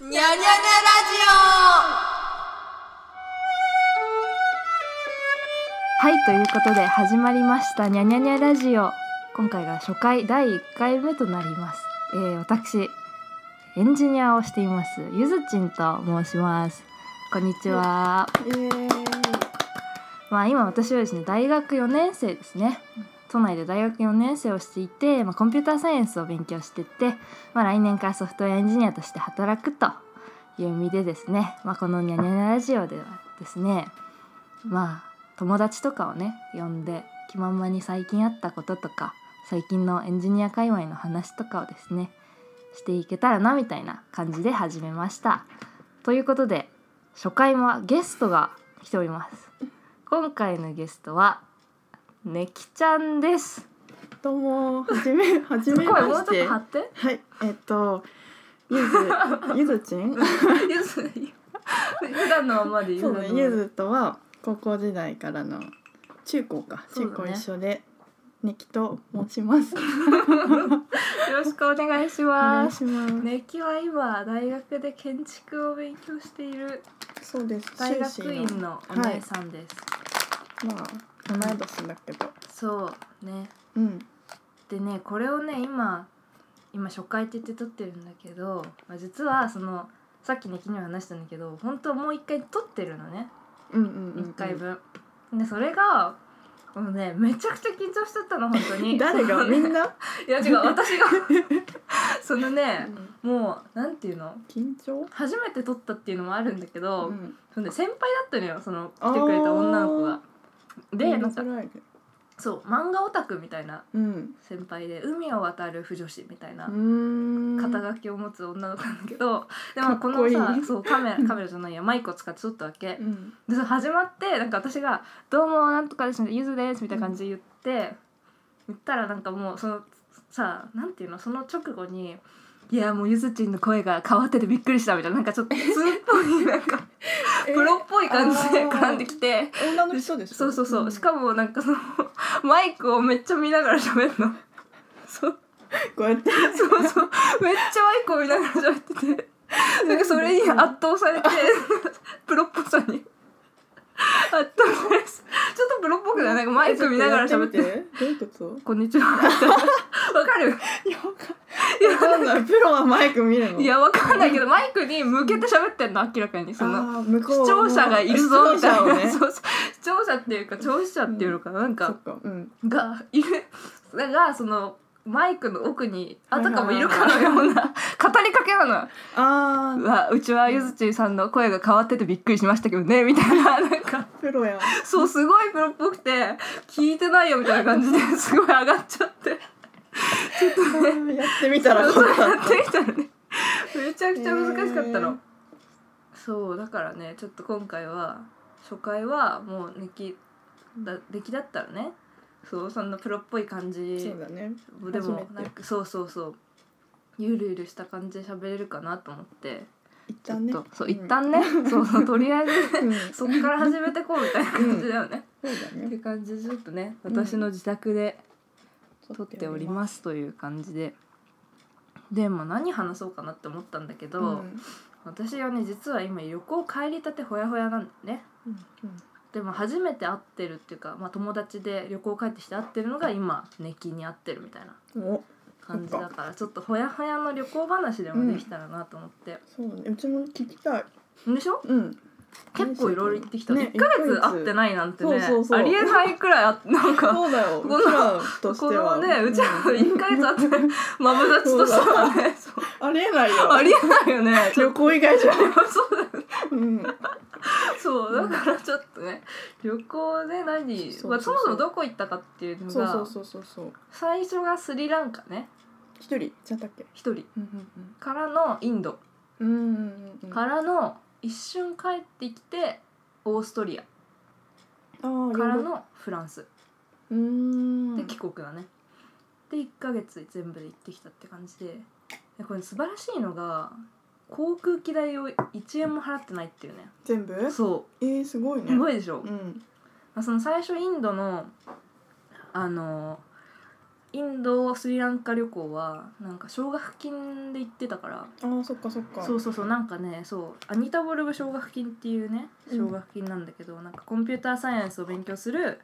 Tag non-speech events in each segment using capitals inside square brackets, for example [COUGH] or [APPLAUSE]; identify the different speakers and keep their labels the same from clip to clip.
Speaker 1: にゃにゃにゃラ
Speaker 2: はい、ということで始まりましたニャニャニャラジオ。今回が初回第1回目となります。えー、私エンジニアをしていますゆずちんと申します。こんにちは。
Speaker 1: ジオイエ
Speaker 2: まあ今私はですね大学4年生ですね。都内で大学4年生をしていて、まあ、コンピューターサイエンスを勉強してて、まあ、来年からソフトウェアエンジニアとして働くという身でですね、まあ、この「ニャニャニャラジオ」ではですねまあ友達とかをね呼んで気まんまに最近あったこととか最近のエンジニア界隈の話とかをですねしていけたらなみたいな感じで始めました。ということで初回はゲストが来ております。今回のゲストはねきちゃんです。
Speaker 3: どうも、はじめ、はじめ
Speaker 2: 声
Speaker 3: ま
Speaker 2: もう
Speaker 3: し。
Speaker 2: ちょってと張
Speaker 3: [LAUGHS]
Speaker 2: って。
Speaker 3: はい、えっと、ゆず、ゆずち
Speaker 2: [LAUGHS]
Speaker 3: ん。
Speaker 2: ゆず普段のままで言
Speaker 3: そうう
Speaker 2: の
Speaker 3: ね、ゆずとは高校時代からの中高か、
Speaker 2: そう
Speaker 3: 中
Speaker 2: だね
Speaker 3: 高一緒で。ねきと申します。お
Speaker 2: よろしくお願いし
Speaker 3: 願
Speaker 2: ま
Speaker 3: い
Speaker 2: す。
Speaker 3: しま
Speaker 2: ねきは今大学で建築を勉強している
Speaker 3: す。そうです。
Speaker 2: 大
Speaker 3: 修
Speaker 2: 学
Speaker 3: 士
Speaker 2: 院
Speaker 3: の
Speaker 2: のお姉さんです。
Speaker 3: まあ、同い年だけど。
Speaker 2: そうね。
Speaker 3: うん。
Speaker 2: でねこれをね今今初回って言って撮ってるんだけど、まあ、実はそのさっきねきには話したんだけど本当はもう一回撮ってるのね
Speaker 3: うんうんうん。
Speaker 2: 一回。分。でそれがもうねめちゃくちゃ緊張しちゃったの本当
Speaker 3: [LAUGHS]
Speaker 2: に。
Speaker 3: 誰が、みんな。
Speaker 2: い [LAUGHS] や違う私が [LAUGHS] そのねもうなんていうの
Speaker 3: 緊張。
Speaker 2: 初めて撮ったっていうのもあるんだけど、
Speaker 3: うん
Speaker 2: その先輩だったのよその来てくれた女の子が。でなんか
Speaker 3: 面白いね
Speaker 2: そう漫画オタクみたいな
Speaker 3: うん。
Speaker 2: 先輩で海を渡る不女子みたいな
Speaker 3: うーん。
Speaker 2: 肩書きを持つ女の子なんだけどでも
Speaker 3: か
Speaker 2: この
Speaker 3: っこいい
Speaker 2: さそうカメラカメラじゃないやマイクを使って撮ったわけ
Speaker 3: う。ん。
Speaker 2: でそれ始まってなんか私が「どうもなんとかですゆずです」みたいな感じで言って、言ったらなんかもうそのさなんていうのその直後に「いやもうゆずちんの声が変わっててびっくりした」みたいななんかちょっと通っぽいなんか
Speaker 3: [LAUGHS]
Speaker 2: プロっぽい感じで
Speaker 3: あー
Speaker 2: 絡んできて。
Speaker 3: え。女の人でしょ
Speaker 2: そうそうそう、
Speaker 3: ん
Speaker 2: しかもなんかそのマイクをめっちゃ見ながら喋るのそう
Speaker 3: こうやって。
Speaker 2: そうそうめっちゃマイクを見ながら喋っててなんかそれに圧倒され
Speaker 3: [LAUGHS]
Speaker 2: てプロっぽさに圧倒されてちょっとプロっぽくないなんかマイク見ながら喋って
Speaker 3: ちょとやみてどういうこと
Speaker 2: 「こんにちは」みたいなわかる
Speaker 3: いやわかんないプロはマイク見るの
Speaker 2: いやわかんないけどマイクに向けて喋ってんの明らかにその
Speaker 3: あー向こう
Speaker 2: 視聴者がいるぞみ
Speaker 3: 視
Speaker 2: た
Speaker 3: 聴
Speaker 2: い
Speaker 3: 者を
Speaker 2: な、
Speaker 3: ね
Speaker 2: [LAUGHS] そうそう視聴者っていうか聴取者っていうのかななん
Speaker 3: そ
Speaker 2: か
Speaker 3: っかうん
Speaker 2: がいるがそのマイクの奥にあ
Speaker 3: はいは
Speaker 2: た
Speaker 3: い
Speaker 2: かもいるかのような語りかけなの
Speaker 3: あ
Speaker 2: うわうちはゆずちんさんの声が変わっててびっくりしましたけどねみたいななんか
Speaker 3: ープロや
Speaker 2: そうすごいプロっぽくて聞いてないよみたいな感じですごい上がっちゃってや
Speaker 3: うん [LAUGHS] やってみたらこうだ
Speaker 2: ってみたらね [LAUGHS] めちゃくちゃ難しかったの、
Speaker 3: へー
Speaker 2: そうだからねちょっと今回は初回はもう出来だ出来だったらねそうそんなプロっぽい感じ
Speaker 3: そうだね
Speaker 2: で
Speaker 3: 初め
Speaker 2: も
Speaker 3: て
Speaker 2: なんかそうそうそうゆるゆるした感じで喋れるかなと思って
Speaker 3: 一
Speaker 2: ちょ
Speaker 3: 旦
Speaker 2: っ
Speaker 3: ね
Speaker 2: とそう一旦
Speaker 3: [LAUGHS]
Speaker 2: ね、そうそうとりあえず、
Speaker 3: う
Speaker 2: [LAUGHS] ね、
Speaker 3: んそう
Speaker 2: そっから始めてこうみたいな感じだよね、
Speaker 3: だ
Speaker 2: っ
Speaker 3: ね
Speaker 2: て感じでちょっとね
Speaker 3: うん
Speaker 2: 私の自宅で撮
Speaker 3: 撮
Speaker 2: っておりますという感じで。でも何話そうかなって思ったんだけど、
Speaker 3: うん
Speaker 2: 私はね実は今旅行帰りたてほやほやなんだよね
Speaker 3: うん
Speaker 2: でも初めて会ってるっていうか、まあ、友達で旅行帰ってきて会ってるのが今寝気に会ってるみたいな
Speaker 3: うんお
Speaker 2: 感じだからちょっとほやほやの旅行話でもできたらなと思って、
Speaker 3: そうだねうちも聞きたい
Speaker 2: でしょ
Speaker 3: うん
Speaker 2: 結構いろいろ行ってきた、
Speaker 3: ね
Speaker 2: 1ヶ月会ってないなんてね
Speaker 3: そうそうそう
Speaker 2: ありえないくらいあなんか
Speaker 3: そうだよ
Speaker 2: この
Speaker 3: うちらとし
Speaker 2: こ
Speaker 3: ては
Speaker 2: のねうちは1ヶ月会って
Speaker 3: [LAUGHS]
Speaker 2: マブダチとしてはねそう
Speaker 3: ありえない
Speaker 2: [LAUGHS]
Speaker 3: よ
Speaker 2: ありえないよね
Speaker 3: 旅行以外じゃん
Speaker 2: そうだよね
Speaker 3: うん
Speaker 2: [LAUGHS] そうだからちょっとね旅行で何
Speaker 3: そうそうそう
Speaker 2: まあ、そもそもどこ行ったかっていうのが
Speaker 3: そうそうそうそうそう
Speaker 2: 最初がスリランカね
Speaker 3: 一人じゃったっけ
Speaker 2: 一人
Speaker 3: うんうん
Speaker 2: からのインド
Speaker 3: うんうんうん
Speaker 2: からの一瞬帰ってきてオーストリア
Speaker 3: あー
Speaker 2: か
Speaker 3: ヨー
Speaker 2: ら
Speaker 3: ロッ
Speaker 2: のフランス
Speaker 3: うーん
Speaker 2: で帰国だね、で1ヶ月全部で行ってきたって感じででこれ素晴らしいのが航空機代を1円も払ってないっていうね
Speaker 3: 全部
Speaker 2: そ
Speaker 3: えー、すごいうね
Speaker 2: すごいでしょ、
Speaker 3: うん
Speaker 2: まあ、その最初インドのあのーインドスリランカ旅行はなんか奨学金で行ってたから
Speaker 3: あーそっかそっか
Speaker 2: そうそうそうなんかねそうアニタ・ボルブ奨学金っていうね
Speaker 3: うん
Speaker 2: 奨学金なんだけど、なんかコンピューターサイエンスを勉強する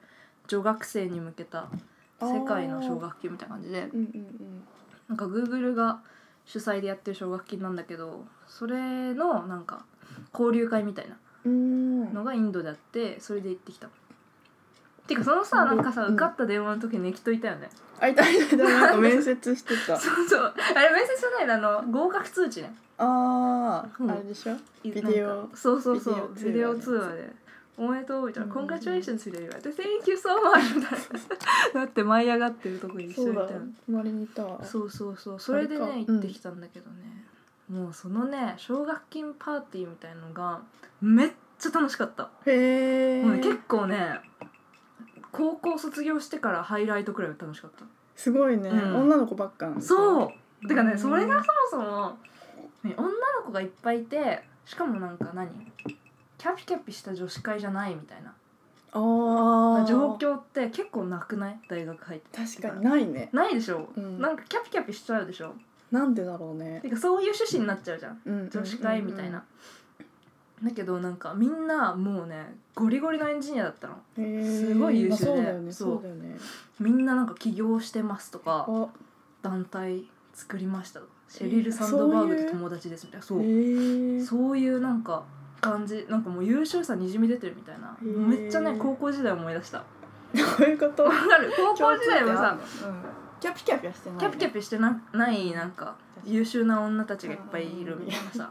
Speaker 2: 女学生に向けた
Speaker 3: あー
Speaker 2: 世界の奨学金みたいな感じで
Speaker 3: うんうん
Speaker 2: なんか Google が主催でやってる奨学金なんだけどそれのなんか交流会みたいな
Speaker 3: うんうーん
Speaker 2: のがインドであってそれで行ってきたてかそのさ
Speaker 3: う
Speaker 2: なんんかさ
Speaker 3: うん
Speaker 2: 受かった電話の時にきといたよね、
Speaker 3: あいたいたいたなんか面接してた
Speaker 2: [LAUGHS] そうそうあれ面接じゃないのあの合格通知ね
Speaker 3: あ
Speaker 2: うん
Speaker 3: ーあれでしょ
Speaker 2: い
Speaker 3: ビデオ
Speaker 2: なんかそうそうそうビ
Speaker 3: ビ
Speaker 2: デ
Speaker 3: デ
Speaker 2: オ
Speaker 3: オ
Speaker 2: 通
Speaker 3: 通
Speaker 2: 話
Speaker 3: 話
Speaker 2: で「おめでとう」みたいな「
Speaker 3: うん
Speaker 2: Congratulations」みたいな言われて「Thank you so much」みたいなだって舞い上がってるとこに一
Speaker 3: そ
Speaker 2: 緒
Speaker 3: う
Speaker 2: にい
Speaker 3: だ
Speaker 2: たよね
Speaker 3: 隣にいたわ
Speaker 2: そうそうそうそれで
Speaker 3: あれ
Speaker 2: ね
Speaker 3: か
Speaker 2: 行ってきたんだけどね、もうそのね奨学金パーティーみたいのがめっちゃ楽しかった、
Speaker 3: へえ、
Speaker 2: もうね結構ね高校卒業してからハイライトくらいは楽しかった
Speaker 3: すごいね、
Speaker 2: うん
Speaker 3: 女の子ばっかなんだ
Speaker 2: そうてかね
Speaker 3: うん
Speaker 2: それがそもそもね女の子がいっぱいいてしかもなんか何キャピキャピした女子会じゃないみたいな
Speaker 3: あー
Speaker 2: 状況って結構なくない大学入って
Speaker 3: 確かにないね
Speaker 2: ないでしょ、
Speaker 3: うん
Speaker 2: なんかキャピキャピしちゃうでしょ
Speaker 3: なんでだろうね
Speaker 2: てかそういう趣旨になっちゃうじゃん
Speaker 3: うん
Speaker 2: 女子会みたいな、だけどなんかみんなもうねゴリゴリのエンジニアだったの
Speaker 3: へー
Speaker 2: すごい優秀で
Speaker 3: まあそうだよね
Speaker 2: そう
Speaker 3: そうだよね
Speaker 2: みんななんか起業してますとか
Speaker 3: あ
Speaker 2: 団体作りましたとかシェリル・サンドバーグと友達ですみたいな
Speaker 3: へ
Speaker 2: そう
Speaker 3: え
Speaker 2: そういうなんか感じなんかもう優秀さにじみ出てるみたいな
Speaker 3: へー
Speaker 2: めっちゃね高校時代思い出したわ
Speaker 3: どういうこと
Speaker 2: かる高校時代はさ、
Speaker 3: うん、キャピキャピはしてない、ね、
Speaker 2: キャピキャピしてなないなんか優秀な女たちがいっぱいいるみたいなさ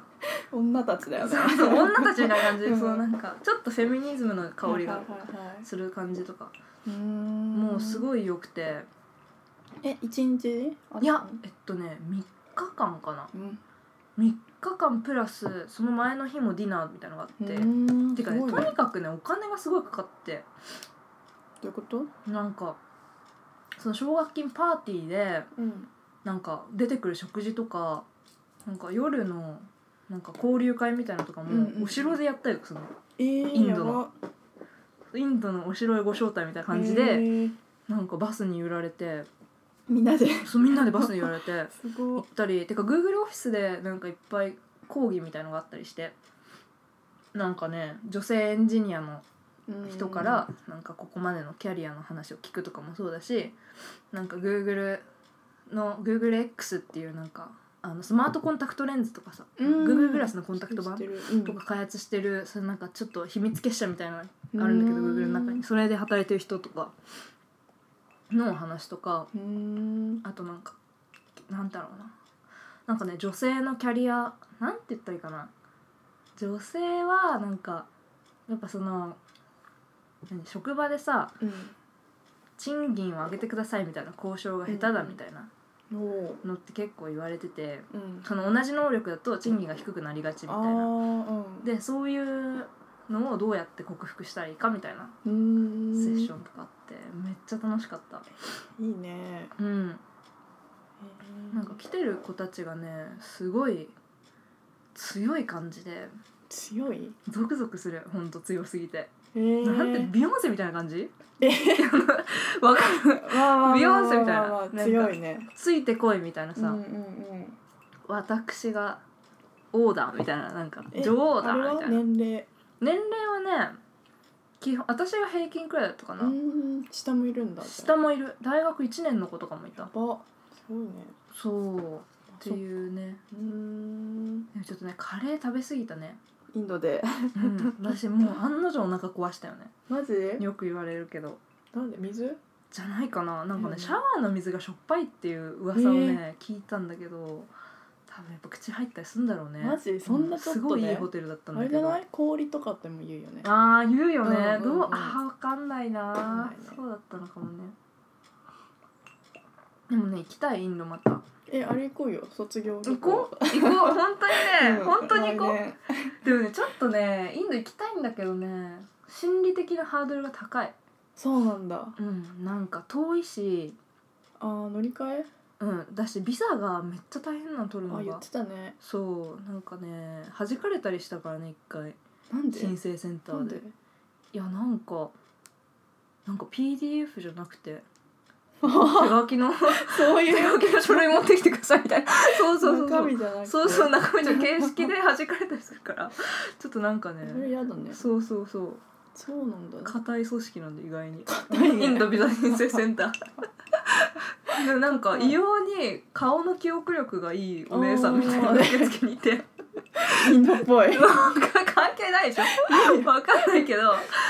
Speaker 3: 女たちだよね
Speaker 2: そうそう女たちみたいな感じで
Speaker 3: うん
Speaker 2: そうなんかちょっとフェミニズムの香りが
Speaker 3: はいはいはいはい
Speaker 2: する感じとか
Speaker 3: うーん
Speaker 2: もうす
Speaker 3: い
Speaker 2: ごい良くて
Speaker 3: え一日あったの
Speaker 2: いやえっとね3日間かな
Speaker 3: うん
Speaker 2: 3日間プラスその前の日もディナーみたいなのがあって
Speaker 3: うーん
Speaker 2: てか
Speaker 3: す
Speaker 2: ね
Speaker 3: ごい
Speaker 2: と
Speaker 3: ね
Speaker 2: にかくねお金がすごいかかって
Speaker 3: どういうこと
Speaker 2: なんかその奨学金パーティーで
Speaker 3: うん
Speaker 2: なんか出てくる食事とかなんか夜のなんか交流会みたいなのとか
Speaker 3: うんうんう
Speaker 2: も
Speaker 3: ん
Speaker 2: お城でやったりとかするの、
Speaker 3: えー、
Speaker 2: インドの
Speaker 3: やば
Speaker 2: インドのお城へご招待みたいな感じで、
Speaker 3: へー
Speaker 2: なんかバスに揺られて
Speaker 3: みんなで
Speaker 2: そうみんなでバスに揺られて
Speaker 3: す
Speaker 2: 行
Speaker 3: ごい
Speaker 2: ったりてか Google オフィスでなんかいっぱい講義みたいのがあったりしてなんかね女性エンジニアの人からなんかここまでのキャリアの話を聞くとかもそうだしなんか Google の GoogleX っていうなんかあのスマートコンタクトレンズとかさ
Speaker 3: うん
Speaker 2: Google グラスのコンタクト版
Speaker 3: 知ってるうん
Speaker 2: とか開発してるそれなんかちょっと秘密結社みたいなのがあるんだけど
Speaker 3: う
Speaker 2: Google
Speaker 3: ん
Speaker 2: の中にそれで働いてる人とかのお話とか
Speaker 3: うーん
Speaker 2: あとなんかなんだろうななんかね女性のキャリアなんて言ったらいいかな女性はなんかやっぱその何職場でさ
Speaker 3: うん
Speaker 2: 賃金を上げてくださいみたいな交渉が下手だみたいな
Speaker 3: おー
Speaker 2: のって結構言われてて
Speaker 3: うん
Speaker 2: その同じ能力だと賃金が低くなりがちみたいな。
Speaker 3: あーうん
Speaker 2: でそういうのをどうやって克服したらいいかみたいな
Speaker 3: うーん
Speaker 2: セッションとかあってめっちゃ楽しかった。
Speaker 3: いいね
Speaker 2: う
Speaker 3: へ
Speaker 2: ん
Speaker 3: ー
Speaker 2: なんか来てる子たちがねすごい強い感じで
Speaker 3: 強い
Speaker 2: ゾクゾクするほんと強すぎて、
Speaker 3: え
Speaker 2: なんて
Speaker 3: ー、
Speaker 2: ビヨンセみたいな感じ
Speaker 3: え
Speaker 2: わかる
Speaker 3: まあまあまあまあまあ
Speaker 2: ビヨンセみたいななんか
Speaker 3: 強いね
Speaker 2: ついてこいみたいな
Speaker 3: うん
Speaker 2: さ、
Speaker 3: うん
Speaker 2: 私が王だみたいななんか
Speaker 3: え
Speaker 2: 女王
Speaker 3: うん
Speaker 2: だ
Speaker 3: あれ
Speaker 2: み
Speaker 3: は
Speaker 2: たいな
Speaker 3: 年齢
Speaker 2: 年齢はね基本私が平均くらいだったか
Speaker 3: う
Speaker 2: な、
Speaker 3: ん下もいるんだ
Speaker 2: 下もいる大学1年の子とかもい
Speaker 3: や
Speaker 2: た
Speaker 3: ばすごいね
Speaker 2: そうって
Speaker 3: う
Speaker 2: いうね
Speaker 3: うーん
Speaker 2: でもちょっとねカレー食べ過ぎ
Speaker 3: [LAUGHS]
Speaker 2: たね、
Speaker 3: インドで
Speaker 2: うん、私もう案の定お腹壊したよね
Speaker 3: マジ
Speaker 2: よく言われるけど
Speaker 3: なんで水
Speaker 2: じゃないかななんかね、
Speaker 3: うん
Speaker 2: シャワーの水がしょっぱいっていう噂をね、聞いたんだけど多分やっぱ口入ったりするんだろうね
Speaker 3: マジそんなちょっとね
Speaker 2: すごいいいホテルだったん
Speaker 3: あ
Speaker 2: だ
Speaker 3: れ
Speaker 2: け
Speaker 3: じゃ
Speaker 2: ど
Speaker 3: ない氷とかっても言うよね
Speaker 2: あー言うよね、
Speaker 3: うんうんうん
Speaker 2: どうあーわかんないな
Speaker 3: わかんないね
Speaker 2: そうだったのかもねでもね行きたいインドまた行
Speaker 3: えあれ行こうよ卒業
Speaker 2: こう行こう
Speaker 3: [LAUGHS]
Speaker 2: 本当にね、
Speaker 3: うん
Speaker 2: 本当に行こう、
Speaker 3: 来年
Speaker 2: でもねちょっとねインド行きたいんだけどね心理的なハードルが高い
Speaker 3: そうなんだ
Speaker 2: うんなんか遠いし
Speaker 3: あー乗り換え
Speaker 2: うんだしビザがめっちゃ大変なの取る
Speaker 3: あ
Speaker 2: の
Speaker 3: 言
Speaker 2: が
Speaker 3: ってたね
Speaker 2: そうなんかね弾かれたりしたからね一回
Speaker 3: なんで
Speaker 2: 申請センタ
Speaker 3: なん
Speaker 2: ーで
Speaker 3: で [LAUGHS]
Speaker 2: いやなんかなんか PDF じゃなくて手書きの
Speaker 3: そう
Speaker 2: 手
Speaker 3: いう
Speaker 2: 書
Speaker 3: [LAUGHS]
Speaker 2: きの書類持ってきてくださいみたいなそうそうそうそ
Speaker 3: 中
Speaker 2: う
Speaker 3: 身じゃなくて
Speaker 2: そうそう中身の形式で弾かれたりするからちょっとなんか
Speaker 3: それ
Speaker 2: ね
Speaker 3: 嫌だね
Speaker 2: そうそうそう
Speaker 3: そうなんだ
Speaker 2: 硬い組織なんで意外に
Speaker 3: いね
Speaker 2: インドビザ申請センターでもなんか異様に顔の記憶力がいいお姉さんみたいな
Speaker 3: あー
Speaker 2: 受付にいて
Speaker 3: インドっぽい
Speaker 2: なんか関係ないでしょわかんないけど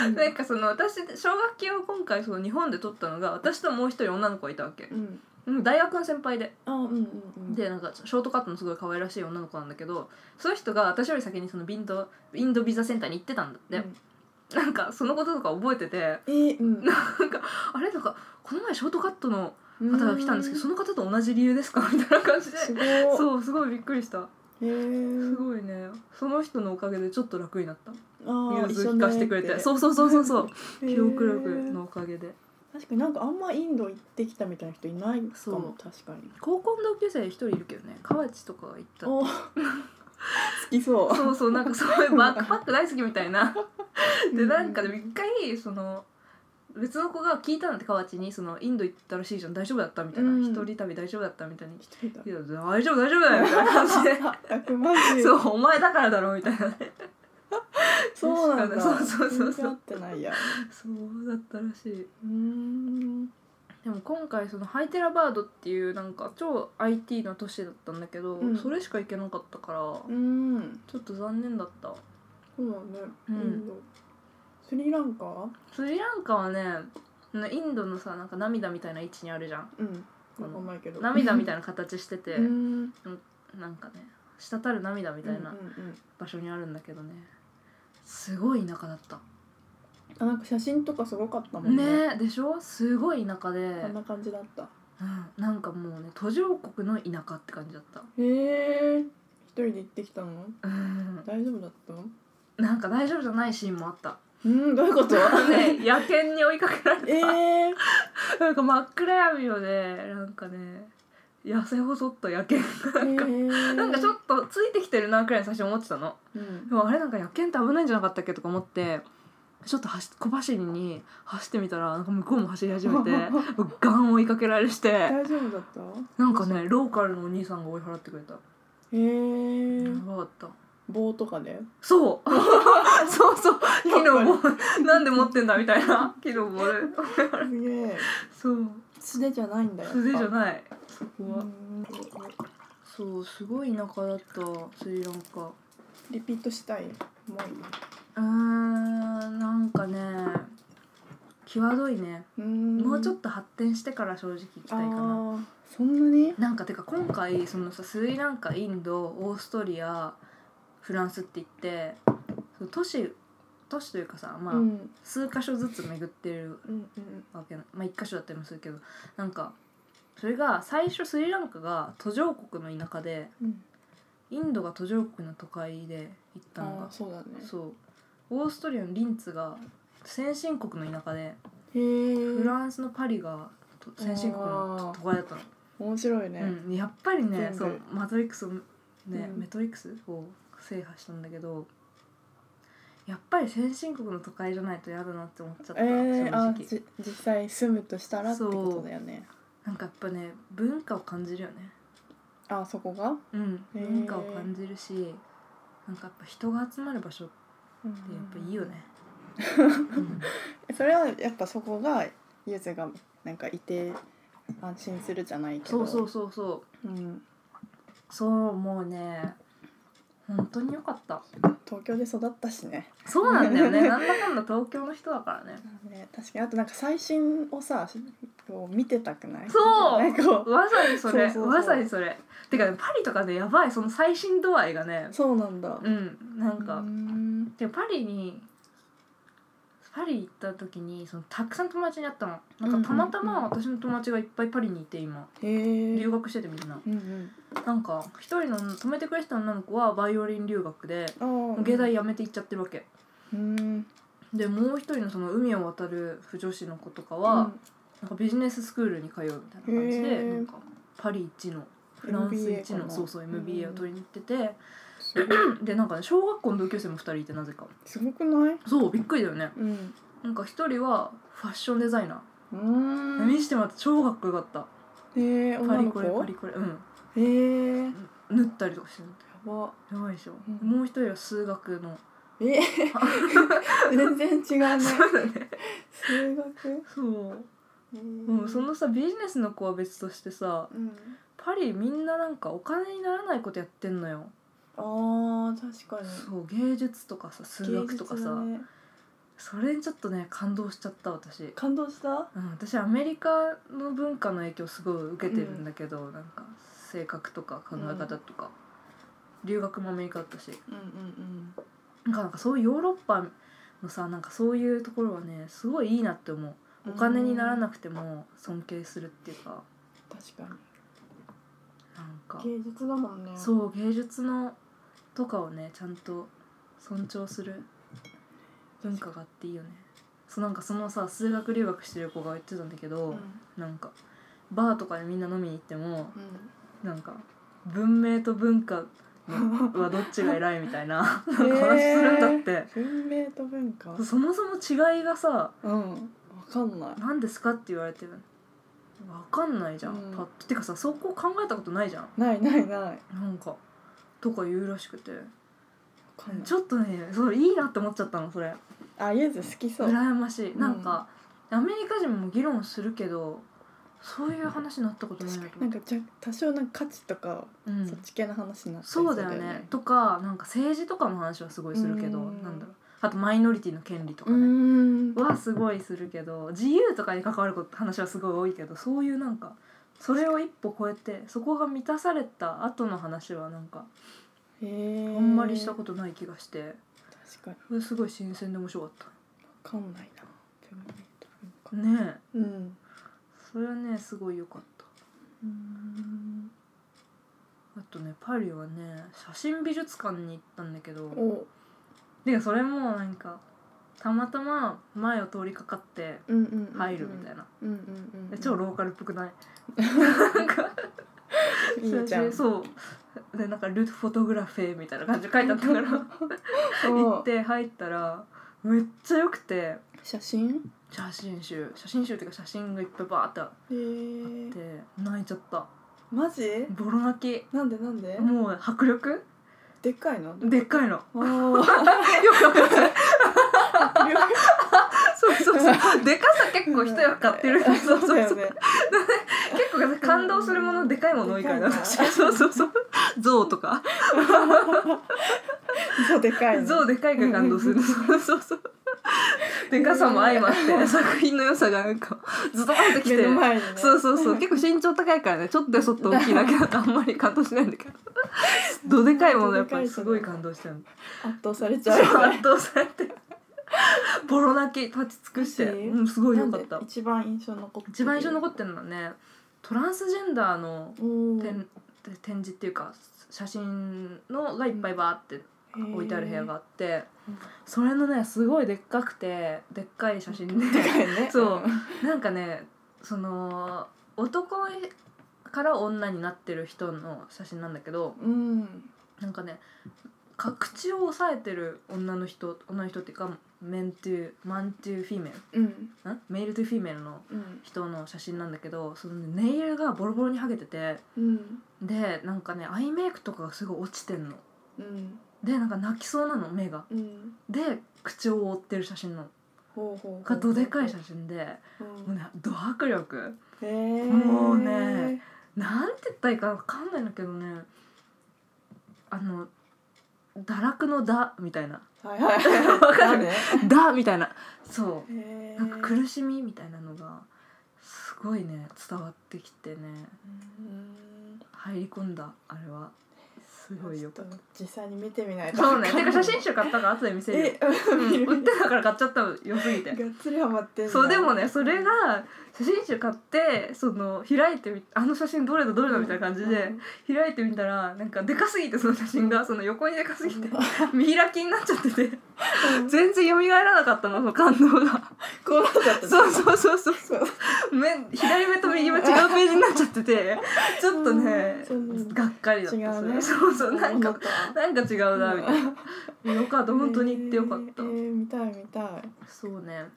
Speaker 2: なんかその私奨学金を今回その日本で取ったのが私ともう一人女の子がいたわけ
Speaker 3: うん
Speaker 2: うん大学の先輩で
Speaker 3: あうんうんうん
Speaker 2: でなんかショートカットのすごい可愛らしい女の子なんだけどその人が私より先にそのインドインドビザセンターに行ってたんだって、
Speaker 3: うん
Speaker 2: なんかそのこととか覚えてて
Speaker 3: えー
Speaker 2: [LAUGHS]
Speaker 3: うん
Speaker 2: あれなんかこの前ショートカットの
Speaker 3: うん
Speaker 2: 方が来たんですけどその方と同じ理由ですかみたいな感じです
Speaker 3: ごい
Speaker 2: そうすごいびっくりした
Speaker 3: へ
Speaker 2: す
Speaker 3: ー
Speaker 2: ごいねその人のおかげでちょっと楽になった
Speaker 3: ああ
Speaker 2: 融通聞かせてくれてそうそうそうそうそう記憶力のおかげで
Speaker 3: 確かになんかあんまインド行ってきたみたいな人いないかも
Speaker 2: そう
Speaker 3: 確かに
Speaker 2: 高校の同級生一人いるけどね河内とかは行った
Speaker 3: お好きそう
Speaker 2: そうそうなんかそう [LAUGHS] いうバックパック大好きみたいなで
Speaker 3: うん
Speaker 2: なんかでも一回その別の子が聞いたんだって河内にそのインド行ったらしいじゃん大丈夫だったみたいな、
Speaker 3: うん
Speaker 2: 一人旅大丈夫だったみたいに
Speaker 3: 一人だ
Speaker 2: いや大丈夫大丈夫だよみたいな感じ [LAUGHS] で
Speaker 3: 全くマジ
Speaker 2: そうお前だからだろみたいなね
Speaker 3: そうなんだ
Speaker 2: そうそうそうそ
Speaker 3: 全
Speaker 2: う
Speaker 3: 然合ってないや
Speaker 2: そうだったらしいう
Speaker 3: ーん
Speaker 2: でも今回そのハイテラバードっていうなんか超 IT の都市だったんだけど、
Speaker 3: うん
Speaker 2: それしか行けなかったから、
Speaker 3: うん
Speaker 2: ちょっと残念だった
Speaker 3: そうだね
Speaker 2: う
Speaker 3: イ
Speaker 2: ん
Speaker 3: ンドスリランカ
Speaker 2: スリランカはねインドのさなんか涙みたいな位置にあるじゃん
Speaker 3: うんわかんないけど
Speaker 2: 涙みたいな形してて、
Speaker 3: うんみ
Speaker 2: なんかね滴る涙みたいな場所にあるんだけどねすごい田舎だった、
Speaker 3: あなんか写真とかすごかったもんね
Speaker 2: ねえでしょすごい田舎で、
Speaker 3: こんな感じだった
Speaker 2: うんなんかもうね途上国の田舎って感じだった、
Speaker 3: へえ一人で行ってきたの
Speaker 2: うん、
Speaker 3: 大丈夫だった
Speaker 2: なんか大丈夫じゃないシーンもあった
Speaker 3: うんどういうこと
Speaker 2: ね野犬に追いかけられて
Speaker 3: [LAUGHS] ええ
Speaker 2: なんか真っ暗闇をねなんかね痩せ細った野犬がなんか、
Speaker 3: ー
Speaker 2: なんかちょっとついてきてるなくらい最初思ってたの
Speaker 3: うん
Speaker 2: でもあれなんか野犬って危ないんじゃなかったっけとか思ってちょっと走小走りに走ってみたらなんか向こうも走り始めて [LAUGHS] ガン追いかけられ [LAUGHS] して
Speaker 3: 大丈夫だった
Speaker 2: なんかねローカルのお兄さんが追い払ってくれた
Speaker 3: へえ
Speaker 2: やばかった
Speaker 3: 棒とかで
Speaker 2: そう [LAUGHS] そうそう木の棒なんで持ってんだみたいな木の棒で
Speaker 3: すげえ
Speaker 2: [LAUGHS] そう
Speaker 3: 素手じゃないんだよ
Speaker 2: 素手じゃないそこは。
Speaker 3: うん
Speaker 2: そうすごい田舎だったスリランカ
Speaker 3: リピートしたいも
Speaker 2: うーんなんかね際どいね、
Speaker 3: ううん
Speaker 2: もうちょっ
Speaker 3: と
Speaker 2: と発展してから正直行きたいかな
Speaker 3: そんなに
Speaker 2: なんかてか今回そのさスリランカインドオーストリアフランスって言ってその都市都市というかさまあ、
Speaker 3: うん
Speaker 2: 数箇所ずつ巡ってる
Speaker 3: うんうん
Speaker 2: わけなまあ一箇所だったりもするけどなんかそれが最初スリランカが途上国の田舎で
Speaker 3: うん
Speaker 2: インドが途上国の都会で行ったの
Speaker 3: あ
Speaker 2: が
Speaker 3: ーそうだね
Speaker 2: そうオーストリアのリンツが先進国の田舎で
Speaker 3: へえ
Speaker 2: フランスのパリがと先進国の都会だったの、
Speaker 3: 面白いね
Speaker 2: うん、やっぱりね
Speaker 3: 全部
Speaker 2: そうマトリックスをね、
Speaker 3: うん
Speaker 2: メトリックスを制覇したんだけどやっぱり先進国の都会じゃないと嫌だなって思っちゃった、
Speaker 3: えー、
Speaker 2: 正
Speaker 3: あ
Speaker 2: 直
Speaker 3: じ実際住むとしたらってことだよね
Speaker 2: なんかやっぱね文化を感じるよね
Speaker 3: あそこが、
Speaker 2: うん
Speaker 3: へー
Speaker 2: 文化を感じるしなんかやっぱ人が集まる場所って
Speaker 3: うん、や
Speaker 2: やっぱい
Speaker 3: [LAUGHS]
Speaker 2: いよね、うん
Speaker 3: それはやっぱそこがゆずがなんかいて安心するじゃないけ
Speaker 2: そ
Speaker 3: ど
Speaker 2: うそうそうそう
Speaker 3: うん、
Speaker 2: そうもうね本当に良かった
Speaker 3: 東京で育ったしね
Speaker 2: そうなんだよ
Speaker 3: [LAUGHS]
Speaker 2: ねなんだかんだ東京の人だからね
Speaker 3: ね確かにあとなんか最新をさこう見てたくない
Speaker 2: そう
Speaker 3: なんかこ
Speaker 2: まさにそれ
Speaker 3: そうそうそう
Speaker 2: まさにそれてかねパリとかでやばいその最新度合いがね
Speaker 3: うそうなんだ
Speaker 2: うんなん
Speaker 3: う
Speaker 2: か
Speaker 3: ん
Speaker 2: でパリにパリ行った時にそのたくさん友達に会ったのなんかたまたま私の友達がいっぱいパリにいて今
Speaker 3: へえ
Speaker 2: 留学しててみんな
Speaker 3: うん
Speaker 2: なんか一人の泊めてくれてた女の子はバイオリン留学で
Speaker 3: うんああ
Speaker 2: 芸大辞めて行っちゃってるわけ
Speaker 3: うん
Speaker 2: でもう一人のその海を渡る不女子の子とかは、なんかビジネススクールに通うみたいな感じ
Speaker 3: へ
Speaker 2: で
Speaker 3: ー
Speaker 2: なんかパリ一のフランス
Speaker 3: MBA
Speaker 2: 一
Speaker 3: か
Speaker 2: の
Speaker 3: な
Speaker 2: そうそう
Speaker 3: うん
Speaker 2: MBA を取りに行ってて、でなんかね小学校の同級生も2人いてなぜか
Speaker 3: すごくない
Speaker 2: そうびっくりだよね
Speaker 3: うん
Speaker 2: なんか一人はファッションデザイナ
Speaker 3: うーん
Speaker 2: 見してもらった超かっこよかった
Speaker 3: えー、
Speaker 2: パ
Speaker 3: 女
Speaker 2: リ
Speaker 3: の
Speaker 2: コレ
Speaker 3: 子
Speaker 2: パリコレうん
Speaker 3: えー、や
Speaker 2: 縫ったりとかしてる
Speaker 3: ば
Speaker 2: やばいでしょ、
Speaker 3: うん
Speaker 2: もう一人は数学
Speaker 3: [LAUGHS]
Speaker 2: の
Speaker 3: え
Speaker 2: [LAUGHS]
Speaker 3: ー、全然違うね数学
Speaker 2: そう、
Speaker 3: えー
Speaker 2: うん、そのさビジネスの子は別としてさ
Speaker 3: うん
Speaker 2: パリみんななんかお金にならないことやってんのよ、
Speaker 3: あー確かに
Speaker 2: そう芸術とかさ数学とか
Speaker 3: 芸術
Speaker 2: さ、
Speaker 3: だね
Speaker 2: それにちょっとね感動しちゃった私
Speaker 3: 感動した
Speaker 2: うん、私アメリカの文化の影響すごい受けてるんだけど、なんか性格とか考え方とか、留学もアメリカだったし
Speaker 3: うんうん
Speaker 2: なんかなんかそういうヨーロッパのさなんかそういうところはねすごいいいなって思う
Speaker 3: うん
Speaker 2: お金にならなくても尊敬するっていうか
Speaker 3: 確か
Speaker 2: なんか
Speaker 3: に芸術だもんね
Speaker 2: そう芸術のとかをねちゃんと尊重する文化があっていいよねそうなんかそのさ数学留学してる子が言ってたんだけど、
Speaker 3: うん
Speaker 2: なんかバーとかでみんな飲みに行っても
Speaker 3: う
Speaker 2: なんか文明と文化
Speaker 3: ん
Speaker 2: はどっちが偉いみたい
Speaker 3: [LAUGHS]
Speaker 2: な
Speaker 3: へ
Speaker 2: な
Speaker 3: ー
Speaker 2: んか話するんだって、
Speaker 3: 文明と文化
Speaker 2: そもそも違いがさ
Speaker 3: うんわかんない
Speaker 2: 何ですかって言われてるわかんないじゃん、
Speaker 3: うん
Speaker 2: パッとてかさそこ考えたことないじゃん
Speaker 3: ないないない
Speaker 2: なんかとか言うらしくて
Speaker 3: わかんない
Speaker 2: ちょっとねそういいなって思っちゃったのそれ
Speaker 3: あゆず好きそう
Speaker 2: 羨ましい、
Speaker 3: うん
Speaker 2: なんかアメリカ人も議論するけどそういう話になったことない
Speaker 3: 確
Speaker 2: な
Speaker 3: かに
Speaker 2: と思
Speaker 3: なん
Speaker 2: って
Speaker 3: かじゃ多少なんか価値とか、
Speaker 2: うん
Speaker 3: そっち系の話になって
Speaker 2: そうだよねとかなんか政治とかの話はすごいするけど
Speaker 3: うん
Speaker 2: なんだろうあとマイノリティの権利とか
Speaker 3: う
Speaker 2: ね
Speaker 3: ん
Speaker 2: はすごいするけど自由とかに関わること話はすごい多いけどそういうなんかそれを一歩超えてそこが満たされた後の話はなんか
Speaker 3: へえ
Speaker 2: あんまりしたことない気がして
Speaker 3: 確かにわ
Speaker 2: それすごい新鮮で面白かっ
Speaker 3: かんないな文明と
Speaker 2: た
Speaker 3: 文化
Speaker 2: ねえ
Speaker 3: うん
Speaker 2: それはねすごい良かった
Speaker 3: うん
Speaker 2: あとねパリはね写真美術館に行ったんだけど
Speaker 3: お
Speaker 2: でそれもなんかたまたま前を通りかかって
Speaker 3: うんうんうん
Speaker 2: 入るみたいな、
Speaker 3: うんうんうんうん
Speaker 2: え超ローカルっぽくないなんか
Speaker 3: [LAUGHS] いいじゃん
Speaker 2: そうでなんか「ルートフォトグラフェ」みたいな感じで書いてあったから行
Speaker 3: お
Speaker 2: って入ったらめっちゃ良くて
Speaker 3: 写真
Speaker 2: 写真集写真集っていうか写真がいっぱいバーってあ
Speaker 3: へ
Speaker 2: っ
Speaker 3: え
Speaker 2: て泣いちゃった
Speaker 3: マジ
Speaker 2: ボロ泣き
Speaker 3: なんでなんで
Speaker 2: もう迫力
Speaker 3: でっかいの
Speaker 2: でっかいのよ
Speaker 3: おー
Speaker 2: くわかんないそうそうそうでかさ [LAUGHS] 結構人が買っ
Speaker 3: [LAUGHS]
Speaker 2: てるそうそうそう
Speaker 3: だよね
Speaker 2: 結構感動するものでかいもの多いから
Speaker 3: でかいな
Speaker 2: そうそうそう象とか
Speaker 3: そうでかいの
Speaker 2: 象でかいから感動するそうそうそうでかさも相まって作品の良さがなんかズドンってき
Speaker 3: 目
Speaker 2: て
Speaker 3: の前にね
Speaker 2: そうそうそう結構身長高いからねちょっとやそっと大きいだけだとあんまり感動しないんだけどどでかいものやっぱりすごい感動したの
Speaker 3: 圧倒されちゃうよね
Speaker 2: 圧倒されてボロ泣き立ち尽くして
Speaker 3: マジ
Speaker 2: うんすごい良かっ
Speaker 3: なん
Speaker 2: た
Speaker 3: で一番印象残ってる
Speaker 2: 一番印象に残ってるのはねトランスジェンダーの
Speaker 3: おー
Speaker 2: 展展示っていうか写真のがいっぱいバーって置いてある部屋があって
Speaker 3: うん
Speaker 2: それのねすごいでっかくてでっかい写真で
Speaker 3: でかいね
Speaker 2: そうなんかねその男から女になってる人の写真なんだけど
Speaker 3: うん
Speaker 2: なんかねか口を押さえてる女の人女の人っていうかメントゥーマントゥーフィメ
Speaker 3: うん
Speaker 2: ルんメールトゥーフィメルの
Speaker 3: うん
Speaker 2: 人の写真なんだけどそのねネイルがボロボロに剥げてて
Speaker 3: うん
Speaker 2: でなんかねアイメイクとかがすごい落ちてんの
Speaker 3: うん
Speaker 2: でなんか泣きそうなの目が
Speaker 3: うん
Speaker 2: で口を覆ってる写真なの
Speaker 3: ほうほう
Speaker 2: がどでかい写
Speaker 3: 真
Speaker 2: 真でもうねド迫力
Speaker 3: へえ
Speaker 2: もうねなんて言ったらいいか分かんないんだけどねあの堕落の「だ」みたいな
Speaker 3: はいはい
Speaker 2: わかる
Speaker 3: なんで
Speaker 2: 「だ」みたいなそ
Speaker 3: へえ
Speaker 2: うなんか苦しみみたいなのがすごいね伝わってきてね
Speaker 3: うん
Speaker 2: 入り込んだあれはすごいよ
Speaker 3: ちょっと実際に見てみないと
Speaker 2: そうねてか写真
Speaker 3: 集
Speaker 2: 集買ったから後で見せるよ
Speaker 3: え、見
Speaker 2: うん
Speaker 3: る
Speaker 2: 売ってたから買っちゃったのよすぎて
Speaker 3: がっつりハマってんだ
Speaker 2: そうでもねそれが写真集買ってその開いてみあの写真どれだどれだみたいな感じで開いてみたらなんかでかすぎてその写真がその横にでかすぎて見開きになっちゃってて全然蘇らなかったのその感動
Speaker 3: [LAUGHS]
Speaker 2: が
Speaker 3: こうなっちゃった
Speaker 2: そうそうそうそう
Speaker 3: そう
Speaker 2: 目左目と右目違うページになっちゃっててちょっとね
Speaker 3: うんそう
Speaker 2: がっかりだった
Speaker 3: 違う
Speaker 2: そ
Speaker 3: ね
Speaker 2: れそうそうなん
Speaker 3: 思
Speaker 2: か
Speaker 3: った
Speaker 2: なんか違うなみたいなよかった本当に行ってよかっ
Speaker 3: え
Speaker 2: た
Speaker 3: ーえー見たい見たい
Speaker 2: そうね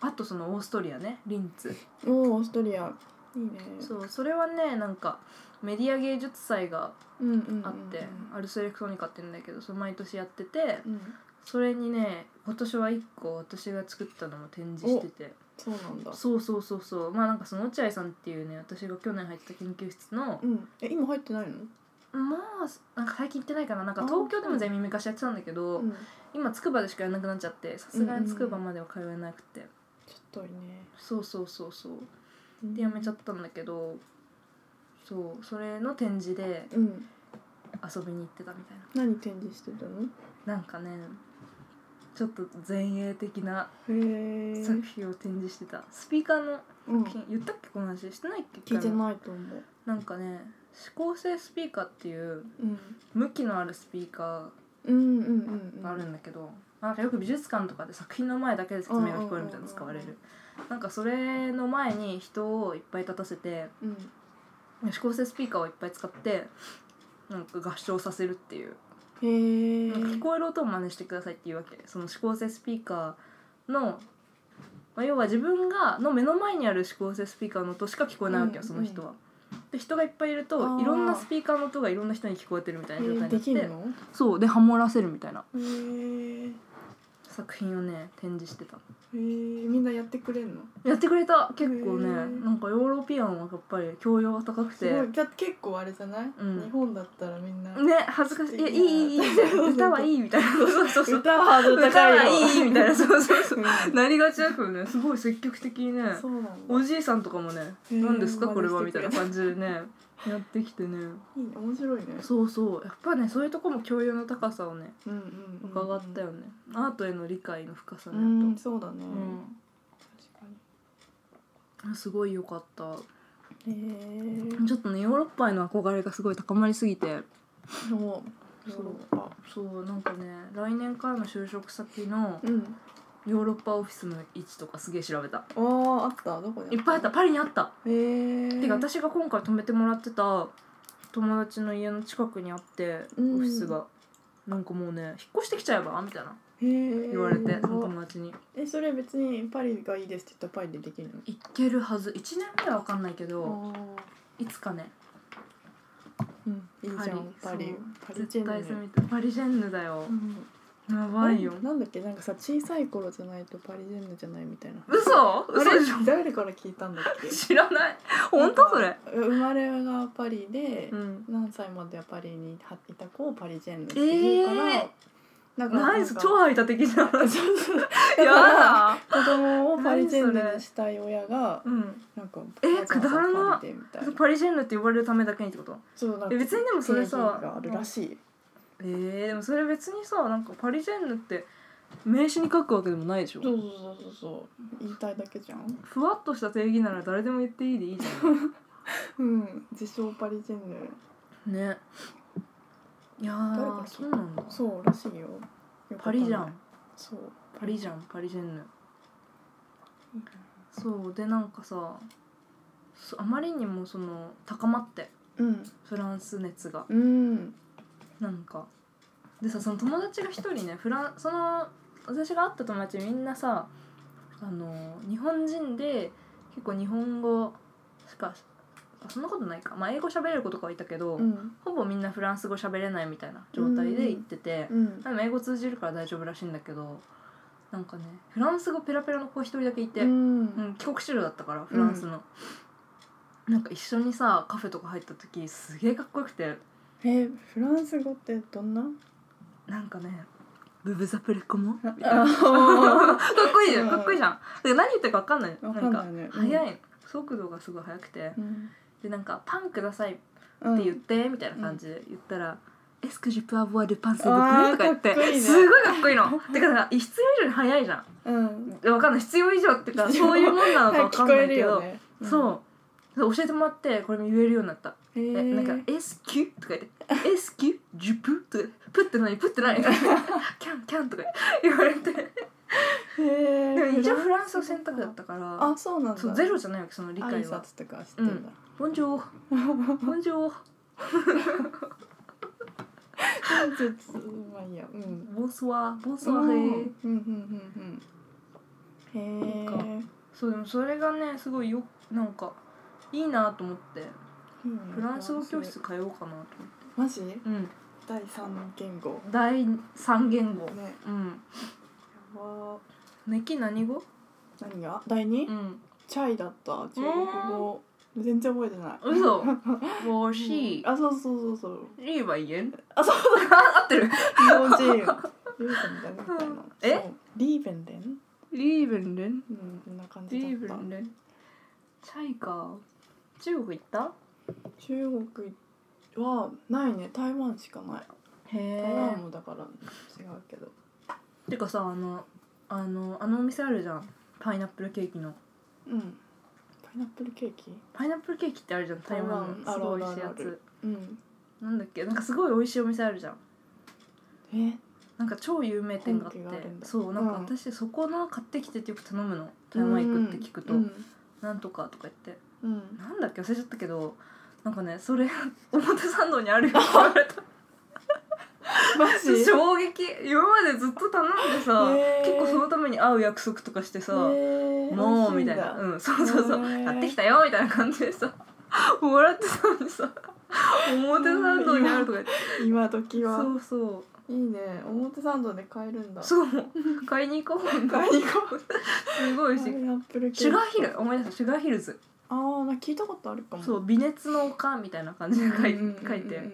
Speaker 2: あとそのオーストリアねリンツ
Speaker 3: おーオーストリアいいね
Speaker 2: そうそれはねなんかメディア芸術祭が
Speaker 3: うんうんうんうん
Speaker 2: あって、アルスエレクトロニカって言うんだけどそれ毎年やってて
Speaker 3: うん
Speaker 2: それにね今年は1個私が作ったのも展示してて
Speaker 3: そうなんだ
Speaker 2: そうそうそうそうまあなんかその落合さんっていうね私が去年入った研究室の
Speaker 3: うんえ今入ってないの
Speaker 2: まあなんか最近行ってないかななんか東京でもゼミ昔やってたんだけど、
Speaker 3: うんちょ
Speaker 2: 今つくばでしかやらなくなっちゃってさすがにつくばまでは通えなくて、
Speaker 3: っといいね
Speaker 2: そうそうそうそう
Speaker 3: うん
Speaker 2: でやめちゃったんだけどそうそれの展示で
Speaker 3: うん
Speaker 2: 遊びに行ってたみたい
Speaker 3: 何展示してたの
Speaker 2: ななんかねちょっと前衛的な
Speaker 3: へえ
Speaker 2: 作品を展示してた、スピーカーの、
Speaker 3: うん
Speaker 2: けん言ったっけこの話してないっけ
Speaker 3: 聞いて
Speaker 2: い
Speaker 3: ないと思う
Speaker 2: なんかね指向性スピーカーっていう
Speaker 3: うん
Speaker 2: 向きのあるスピーカ
Speaker 3: うんうんうんう
Speaker 2: ー
Speaker 3: ん
Speaker 2: があるんだけど、なんかよく美術館とかで作品の前だけで説明が聞こえるみたいなの使われ
Speaker 3: うんうん
Speaker 2: るなんかそれの前に人をいっぱい立たせて
Speaker 3: うん
Speaker 2: 指向性スピーカーをいっぱい使ってなんか合唱させるっていう
Speaker 3: へえ
Speaker 2: なんか聞こえる音を真似してくださいっていうわけその指向性スピーカーの、まあ、要は自分がの目の前にある指向性スピーカーの音しか聞こえないわけよ、
Speaker 3: うん
Speaker 2: その人は。で人がいっぱいいる
Speaker 3: あ
Speaker 2: と
Speaker 3: ー
Speaker 2: いろんなスピーカーの音がいろんな人に聞こえてるみたいな状態にな
Speaker 3: で
Speaker 2: って、
Speaker 3: きるの
Speaker 2: そうでハモらせるみたいな
Speaker 3: へえへ
Speaker 2: 作品をね展示してた
Speaker 3: えみんなやってくれるの
Speaker 2: やってくれた結構ね
Speaker 3: へー
Speaker 2: なんかヨーロピアンはやっぱり教養が高くて
Speaker 3: すごい
Speaker 2: ね
Speaker 3: だって結構あれじゃない、
Speaker 2: うん
Speaker 3: 日本だったらみんな、
Speaker 2: 恥ずかしいいやいいいいいい歌はいいみたいなそうそうそう
Speaker 3: 歌はハードル
Speaker 2: 歌
Speaker 3: 高い
Speaker 2: は
Speaker 3: よ
Speaker 2: いいみたいなそうそうそう
Speaker 3: う
Speaker 2: [LAUGHS] なりがちだけどねすごい積極的にね
Speaker 3: んそうなんだ
Speaker 2: おじいさんとかもね「
Speaker 3: へー
Speaker 2: 何ですかこれは」
Speaker 3: 真似
Speaker 2: み
Speaker 3: して
Speaker 2: た
Speaker 3: く
Speaker 2: い
Speaker 3: れた
Speaker 2: な感じでねやってきてね
Speaker 3: いいね面白いね
Speaker 2: そうそうやっぱねそういうとこも教養の高さをね
Speaker 3: うんうんうん
Speaker 2: 伺ったよねアートへの理解の深さ
Speaker 3: う
Speaker 2: ね
Speaker 3: ん
Speaker 2: あと
Speaker 3: そうだね、
Speaker 2: うんすごい良かった
Speaker 3: 確かにへえ
Speaker 2: ちょっとねヨーロッパへの憧れがすごい高まりすぎて
Speaker 3: そう
Speaker 2: そ
Speaker 3: そううか
Speaker 2: そうなんかね来年からの就職先の
Speaker 3: うん
Speaker 2: ヨーロッパオフィスの位置とかすげえ調べた
Speaker 3: あああったどこに
Speaker 2: いっぱいあったパリにあった
Speaker 3: へえ
Speaker 2: てか私が今回泊めてもらってた友達の家の近くにあってオフ
Speaker 3: うん
Speaker 2: ィスが、なんかもうね引っ越してきちゃえばみたいな
Speaker 3: へえ
Speaker 2: 言われて、その友達に
Speaker 3: えそれ別にパリがいいですって言ったらパリでできるの
Speaker 2: 行けるはず1年目は分かんないけど
Speaker 3: あ
Speaker 2: いつかね
Speaker 3: ーうんいいじゃんパ
Speaker 2: パリ
Speaker 3: リ
Speaker 2: そう
Speaker 3: パリチェン
Speaker 2: 絶
Speaker 3: ヌ
Speaker 2: 対住みたいパリジェンヌだよ
Speaker 3: うん
Speaker 2: やばいよ
Speaker 3: あれなんだっけなんかさ小さい頃じゃないとパリジェンヌじゃないみたいな
Speaker 2: 嘘
Speaker 3: あ
Speaker 2: 嘘
Speaker 3: れ
Speaker 2: でしょ
Speaker 3: 誰から聞いたんだっけ
Speaker 2: 知らない [LAUGHS] 本当それ
Speaker 3: 生まれがパリで
Speaker 2: う、ん
Speaker 3: 何歳まではパリにいた子をパリジェンヌっていうから、
Speaker 2: え
Speaker 3: だから
Speaker 2: ナイス超排他的じゃん
Speaker 3: だ
Speaker 2: や
Speaker 3: から
Speaker 2: だ
Speaker 3: 子供をパリジェン
Speaker 2: 何そ
Speaker 3: ヌ
Speaker 2: れ
Speaker 3: にしたい親が
Speaker 2: うん
Speaker 3: なんか
Speaker 2: え
Speaker 3: わざわざ
Speaker 2: くだらな
Speaker 3: パリでみたいな
Speaker 2: パリジェンヌって呼ばれるためだけにってこと
Speaker 3: そうなんか
Speaker 2: え別にでもそれさ
Speaker 3: 定義があるらしい
Speaker 2: えー、でもそれ別にさなんかパリジェンヌって名刺に書くわけでもないでしょ
Speaker 3: そうそうそうそう言いたいだけじゃん
Speaker 2: ふわっとした定義なら誰でも言っていいでいいじゃ
Speaker 3: うん自称パリジェンヌ
Speaker 2: んねいや
Speaker 3: 誰か
Speaker 2: ー
Speaker 3: ら
Speaker 2: そうなんだ
Speaker 3: そうらしいよよくわか
Speaker 2: パ
Speaker 3: んない
Speaker 2: リじゃん
Speaker 3: そう
Speaker 2: パリじゃんパリジェンヌそうでなんかさそあまりにもその高まって
Speaker 3: うん
Speaker 2: フランス熱が
Speaker 3: うん
Speaker 2: なんかでさその友達が一人ねフランその私が会った友達みんなさあの日本人で結構日本語しかあそんなことないか、まあ、英語喋れる子とかはいたけど、
Speaker 3: うん
Speaker 2: ほぼみんなフランス語喋れないみたいな状態で行ってて、
Speaker 3: うん
Speaker 2: でも英語通じるから大丈夫らしいんだけどなんかねフランス語ペラペラの子一人だけいて、
Speaker 3: う
Speaker 2: うん
Speaker 3: ん
Speaker 2: 帰国子女だったからフランスの、なんか一緒にさカフェとか入った時すげえかっこよくて。
Speaker 3: えーフランス語ってどんな
Speaker 2: なんかねブブザプレコもかっ
Speaker 3: あ
Speaker 2: こいいじゃ
Speaker 3: うん
Speaker 2: [LAUGHS] んかっこいいじゃんで何言ってるか分かんない
Speaker 3: わかんない
Speaker 2: ん
Speaker 3: ね
Speaker 2: か速い速度がすごい速くて
Speaker 3: うん
Speaker 2: でなんか「パンください」って
Speaker 3: うん
Speaker 2: 言ってみたいな感じで言ったら「エスクジプアボアルパンセブプ」
Speaker 3: あー
Speaker 2: とか言っ
Speaker 3: かっこいい
Speaker 2: て
Speaker 3: ね
Speaker 2: すごいかっこいいのて
Speaker 3: [LAUGHS]
Speaker 2: かなんか必要以上に速いじゃん
Speaker 3: うん
Speaker 2: 分かんない必要以上ってい
Speaker 3: [LAUGHS]
Speaker 2: うかそういうもんなのか分かんないけど
Speaker 3: はい聞こえるよね
Speaker 2: そうそう教えてもらってこれも言えるようになった
Speaker 3: へ
Speaker 2: え
Speaker 3: ー
Speaker 2: なんか「エスキュ」とか言って「エスキュジュプ」とか「プって何プって何?」キャンキャン」とか言われてで
Speaker 3: へ
Speaker 2: も
Speaker 3: ー
Speaker 2: 一応フランスの選択だったから
Speaker 3: あそうなんだ
Speaker 2: そうゼロじゃないわけその理解
Speaker 3: 挨
Speaker 2: は
Speaker 3: 拶とかしてんだ
Speaker 2: 「ボンジョー」「ボンジョー」
Speaker 3: [LAUGHS] ちょっとまあいいやうん
Speaker 2: 「ボンスワー」「ボンス
Speaker 3: そ
Speaker 2: ワ
Speaker 3: ううんう
Speaker 2: ー
Speaker 3: ん
Speaker 2: へ
Speaker 3: うんうんへえ
Speaker 2: なんかそうでもそれがねすごいよなんかいいなと思ってフランス語教室通おうかなと思って
Speaker 3: マジ
Speaker 2: うん
Speaker 3: 第三の言語
Speaker 2: 第三言語
Speaker 3: ね
Speaker 2: うん
Speaker 3: やば
Speaker 2: ネキ何語
Speaker 3: 何が第二、
Speaker 2: うん
Speaker 3: チャイだった中国語、全然覚えてない
Speaker 2: [LAUGHS] 嘘我是
Speaker 3: あそうそうそうそう
Speaker 2: リーバイエン
Speaker 3: あそう
Speaker 2: 合ってる
Speaker 3: 日本人リーベンデンみたいな
Speaker 2: え
Speaker 3: そうリーベンデン
Speaker 2: リーベンレン
Speaker 3: うんこんな感じ
Speaker 2: リ
Speaker 3: だっ
Speaker 2: ーベ
Speaker 3: た
Speaker 2: ンレンチャイか中国行った
Speaker 3: 中国はないね台湾しかない
Speaker 2: へ
Speaker 3: 台湾
Speaker 2: え
Speaker 3: もだから違うけど
Speaker 2: てかさあのあのあのお店あるじゃんパイナップルケーキの
Speaker 3: うんパイナップルケーキ
Speaker 2: パイナップルケーキってあるじゃん台湾
Speaker 3: 台湾
Speaker 2: の
Speaker 3: ある
Speaker 2: す
Speaker 3: ある
Speaker 2: ごい
Speaker 3: あ
Speaker 2: 美
Speaker 3: る
Speaker 2: 味しいやつ
Speaker 3: うん
Speaker 2: なんだっけなんかすごい美味しいお店あるじゃん
Speaker 3: え
Speaker 2: なんか超有名店があって
Speaker 3: 本家があるんだ
Speaker 2: そうなんか
Speaker 3: うん
Speaker 2: 私そこの買ってきてってよく頼むの台湾行くって聞くと、
Speaker 3: うん
Speaker 2: なんとかとか言って
Speaker 3: うん
Speaker 2: なんだっけ忘れちゃったけどなんかねそれ表参道にあるよって言われた
Speaker 3: [LAUGHS] マジ
Speaker 2: 衝撃今までずっと頼んでさ、
Speaker 3: へー
Speaker 2: 結構そのために会う約束とかしてさ、
Speaker 3: えー
Speaker 2: もう
Speaker 3: 美味し
Speaker 2: み
Speaker 3: ん
Speaker 2: たい
Speaker 3: だ
Speaker 2: なうんそうそうそう
Speaker 3: へー
Speaker 2: 買ってきたよみたいな感じでさ [LAUGHS] もらってたの
Speaker 3: [LAUGHS]
Speaker 2: にさ表参道にあるとか言って
Speaker 3: 今時は
Speaker 2: そうそう
Speaker 3: いいね表参道で買えるんだう
Speaker 2: そう買いに行こう
Speaker 3: [LAUGHS] 買いに行こう
Speaker 2: すごい
Speaker 3: パ
Speaker 2: 美味し
Speaker 3: イ
Speaker 2: い
Speaker 3: ナップルケーキ
Speaker 2: シュガーヒル思い出したシュガーヒルズ
Speaker 3: あーなんか聞いたことあるかも
Speaker 2: そう微熱の丘みたいな感じで書い
Speaker 3: うんうんうんうん
Speaker 2: 書いて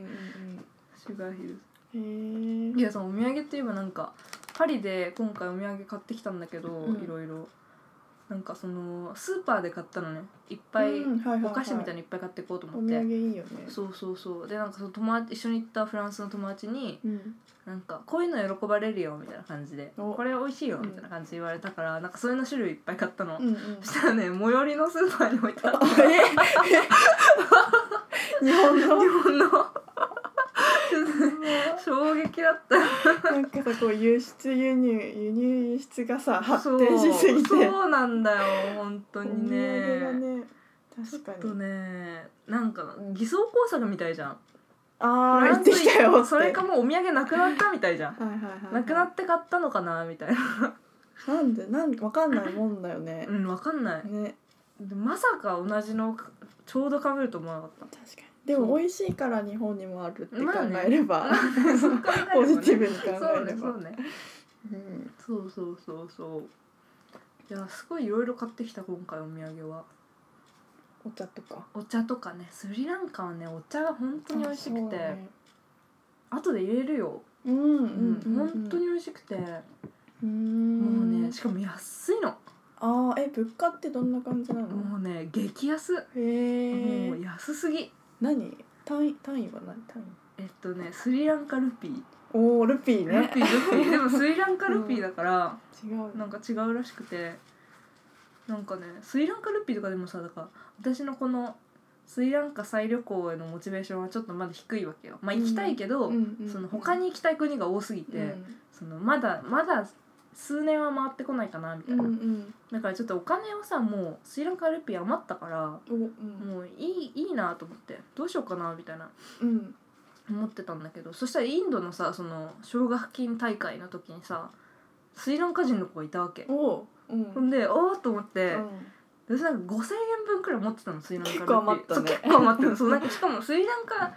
Speaker 2: シュガーヒルズ
Speaker 3: へー
Speaker 2: リアさんお土産といえばなんかパリで今回お土産買ってきたんだけど、
Speaker 3: うん
Speaker 2: いろいろなんかそのスーパーで買ったのねいっぱい
Speaker 3: うんははは
Speaker 2: お菓子みたいのいっぱい買っていこうと思
Speaker 3: お
Speaker 2: っ
Speaker 3: 土
Speaker 2: て、
Speaker 3: 産いいよね
Speaker 2: そうそうそうでなんかその友達一緒に行ったフランスの友達に
Speaker 3: うん
Speaker 2: なんかこういうの喜ばれるよみたいな感じで
Speaker 3: お
Speaker 2: これ美味しいよ
Speaker 3: うん
Speaker 2: みたいな感じで言われたから、なんかそういうの種類いっぱい買ったの、
Speaker 3: うんうん
Speaker 2: そしたらね最寄りのスーパーに置いてあった
Speaker 3: [LAUGHS] 日本の
Speaker 2: 日本のちょっとね衝撃だった
Speaker 3: なんかさこう輸出輸入輸入輸出がさ
Speaker 2: そ
Speaker 3: 発
Speaker 2: う
Speaker 3: 展しすぎて
Speaker 2: そうなんだよ本当に
Speaker 3: お土
Speaker 2: ね
Speaker 3: 産がね
Speaker 2: ちょ
Speaker 3: 確
Speaker 2: っ
Speaker 3: か
Speaker 2: と
Speaker 3: に、
Speaker 2: ねなんか偽装工作みたいじゃん
Speaker 3: あ
Speaker 2: フ
Speaker 3: あ
Speaker 2: ラ
Speaker 3: 行
Speaker 2: ン
Speaker 3: っ
Speaker 2: ス
Speaker 3: てきたよって
Speaker 2: それかもうお土産なくなったみたいじゃん
Speaker 3: はいはいはい
Speaker 2: なくなって買ったのかなみたいな
Speaker 3: なんでなんわかんないもんだよね
Speaker 2: う、んわかんない
Speaker 3: ね
Speaker 2: でまさか同じのちょうど被ると思わなか
Speaker 3: [LAUGHS]
Speaker 2: っ
Speaker 3: 確かにでも美味しいから日本にもあるって考
Speaker 2: まあね
Speaker 3: えれば、
Speaker 2: たそっか
Speaker 3: ポジティブに考えれば
Speaker 2: そうねそうね
Speaker 3: うん
Speaker 2: そうそうそうそういやすごいいろいろ買ってきた今回お土産は
Speaker 3: お茶とか
Speaker 2: お茶とかねスリランカはねお茶が本当に美味しく
Speaker 3: あそう
Speaker 2: て、
Speaker 3: ね
Speaker 2: 後で入れるよ、
Speaker 3: うんうん
Speaker 2: う
Speaker 3: うん
Speaker 2: ん
Speaker 3: うん
Speaker 2: 本当に美味しくて、
Speaker 3: うーん
Speaker 2: もうねしかも安いの、
Speaker 3: あーえ物価ってどんな感じなの、
Speaker 2: もうね激安、
Speaker 3: へ
Speaker 2: もう
Speaker 3: え
Speaker 2: 安すぎ
Speaker 3: 何単位単位は何単位
Speaker 2: えっとねスリランカルピー、
Speaker 3: おールピー
Speaker 2: ル
Speaker 3: ね
Speaker 2: ピールピーでもスリランカルピーだから、
Speaker 3: 違う
Speaker 2: なんか違うらしくてなんかねスリランカルピーとかでもさだから私のこのスリランカ再旅行へのモチベーションはちょっとまだ低いわけよまあ行きたいけど、
Speaker 3: うんうん
Speaker 2: その他に行きたい国が多すぎて、そのまだまだ数年は回ってこないかなみた
Speaker 3: うん
Speaker 2: いな、
Speaker 3: うん
Speaker 2: だからちょっとお金をさもうスリランカルピー余ったから
Speaker 3: おうん
Speaker 2: もういいいいなと思ってどうしようかなみたいな
Speaker 3: うん
Speaker 2: 思ってたんだけどそしたらインドのさその奨学金大会の時にさスリランカ人の子がいたわけ、
Speaker 3: おーうん
Speaker 2: ほんでおおと思って、
Speaker 3: うん
Speaker 2: 私なんか5,000円分くらい持ってたのスリランカルピ
Speaker 3: 結
Speaker 2: ー
Speaker 3: 構余ったね
Speaker 2: そう結構余ってるそうなんかしかもスリランカ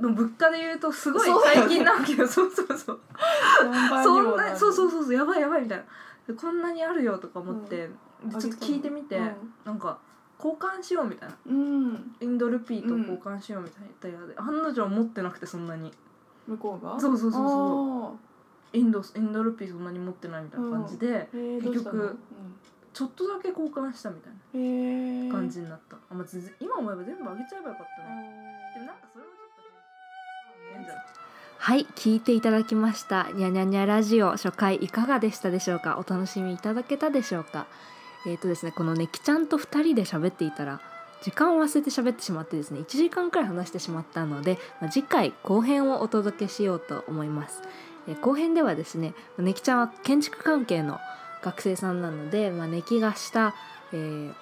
Speaker 2: の物価で言うとすごい
Speaker 3: そうだよね
Speaker 2: 最近なわけよそうそうそう
Speaker 3: 何倍に
Speaker 2: そ
Speaker 3: も
Speaker 2: ん
Speaker 3: な
Speaker 2: なそうそうそうそうやばいやばいみたいなでこんなにあるよとか思って、でちょっと聞いてみて、
Speaker 3: うん
Speaker 2: なんか交換しようみたいな
Speaker 3: ううん
Speaker 2: インドルピーと交換しようみたいな言ったら、案の定持ってなくてそんなに
Speaker 3: 向こうが
Speaker 2: そううそうそうそう
Speaker 3: そ
Speaker 2: インドインドルピーそんなに持ってないみたいな感じで、
Speaker 3: うへえどうしたの
Speaker 2: 結局ちょっとだけ交換したみたい
Speaker 3: うんへえ
Speaker 2: な感じになった、あまあ、全然今思えば全部あげちゃえばよかったね、でもなんかそれもちょっと変変じゃない
Speaker 4: はい聞いていただきました「にゃにゃにゃラジオ」初回いかがでしたでしょうかお楽しみいただけたでしょうかえっ、とですねこのねきちゃんと2人で喋っていたら時間を忘れて喋ってしまってですね1時間くらい話してしまったので、まあ次回後編をお届けしようと思います、えー後編ではですねねきちゃんは建築関係の学生さんなので、まあ、ねきがした、えー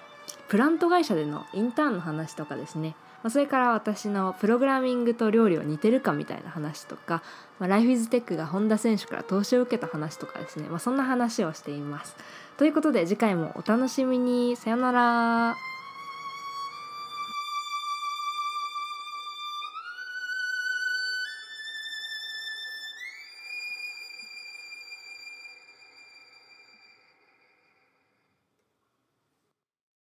Speaker 4: プラント会社でのインターンの話とかですねま
Speaker 2: まあ、それから私のプログラミングと料理は似てるかみたいな話とか、まあ、ライフイズテックが本田選手から投資を受けた話とかですね、まあ、そんな話をしています。ということで次回もお楽しみにさよなら。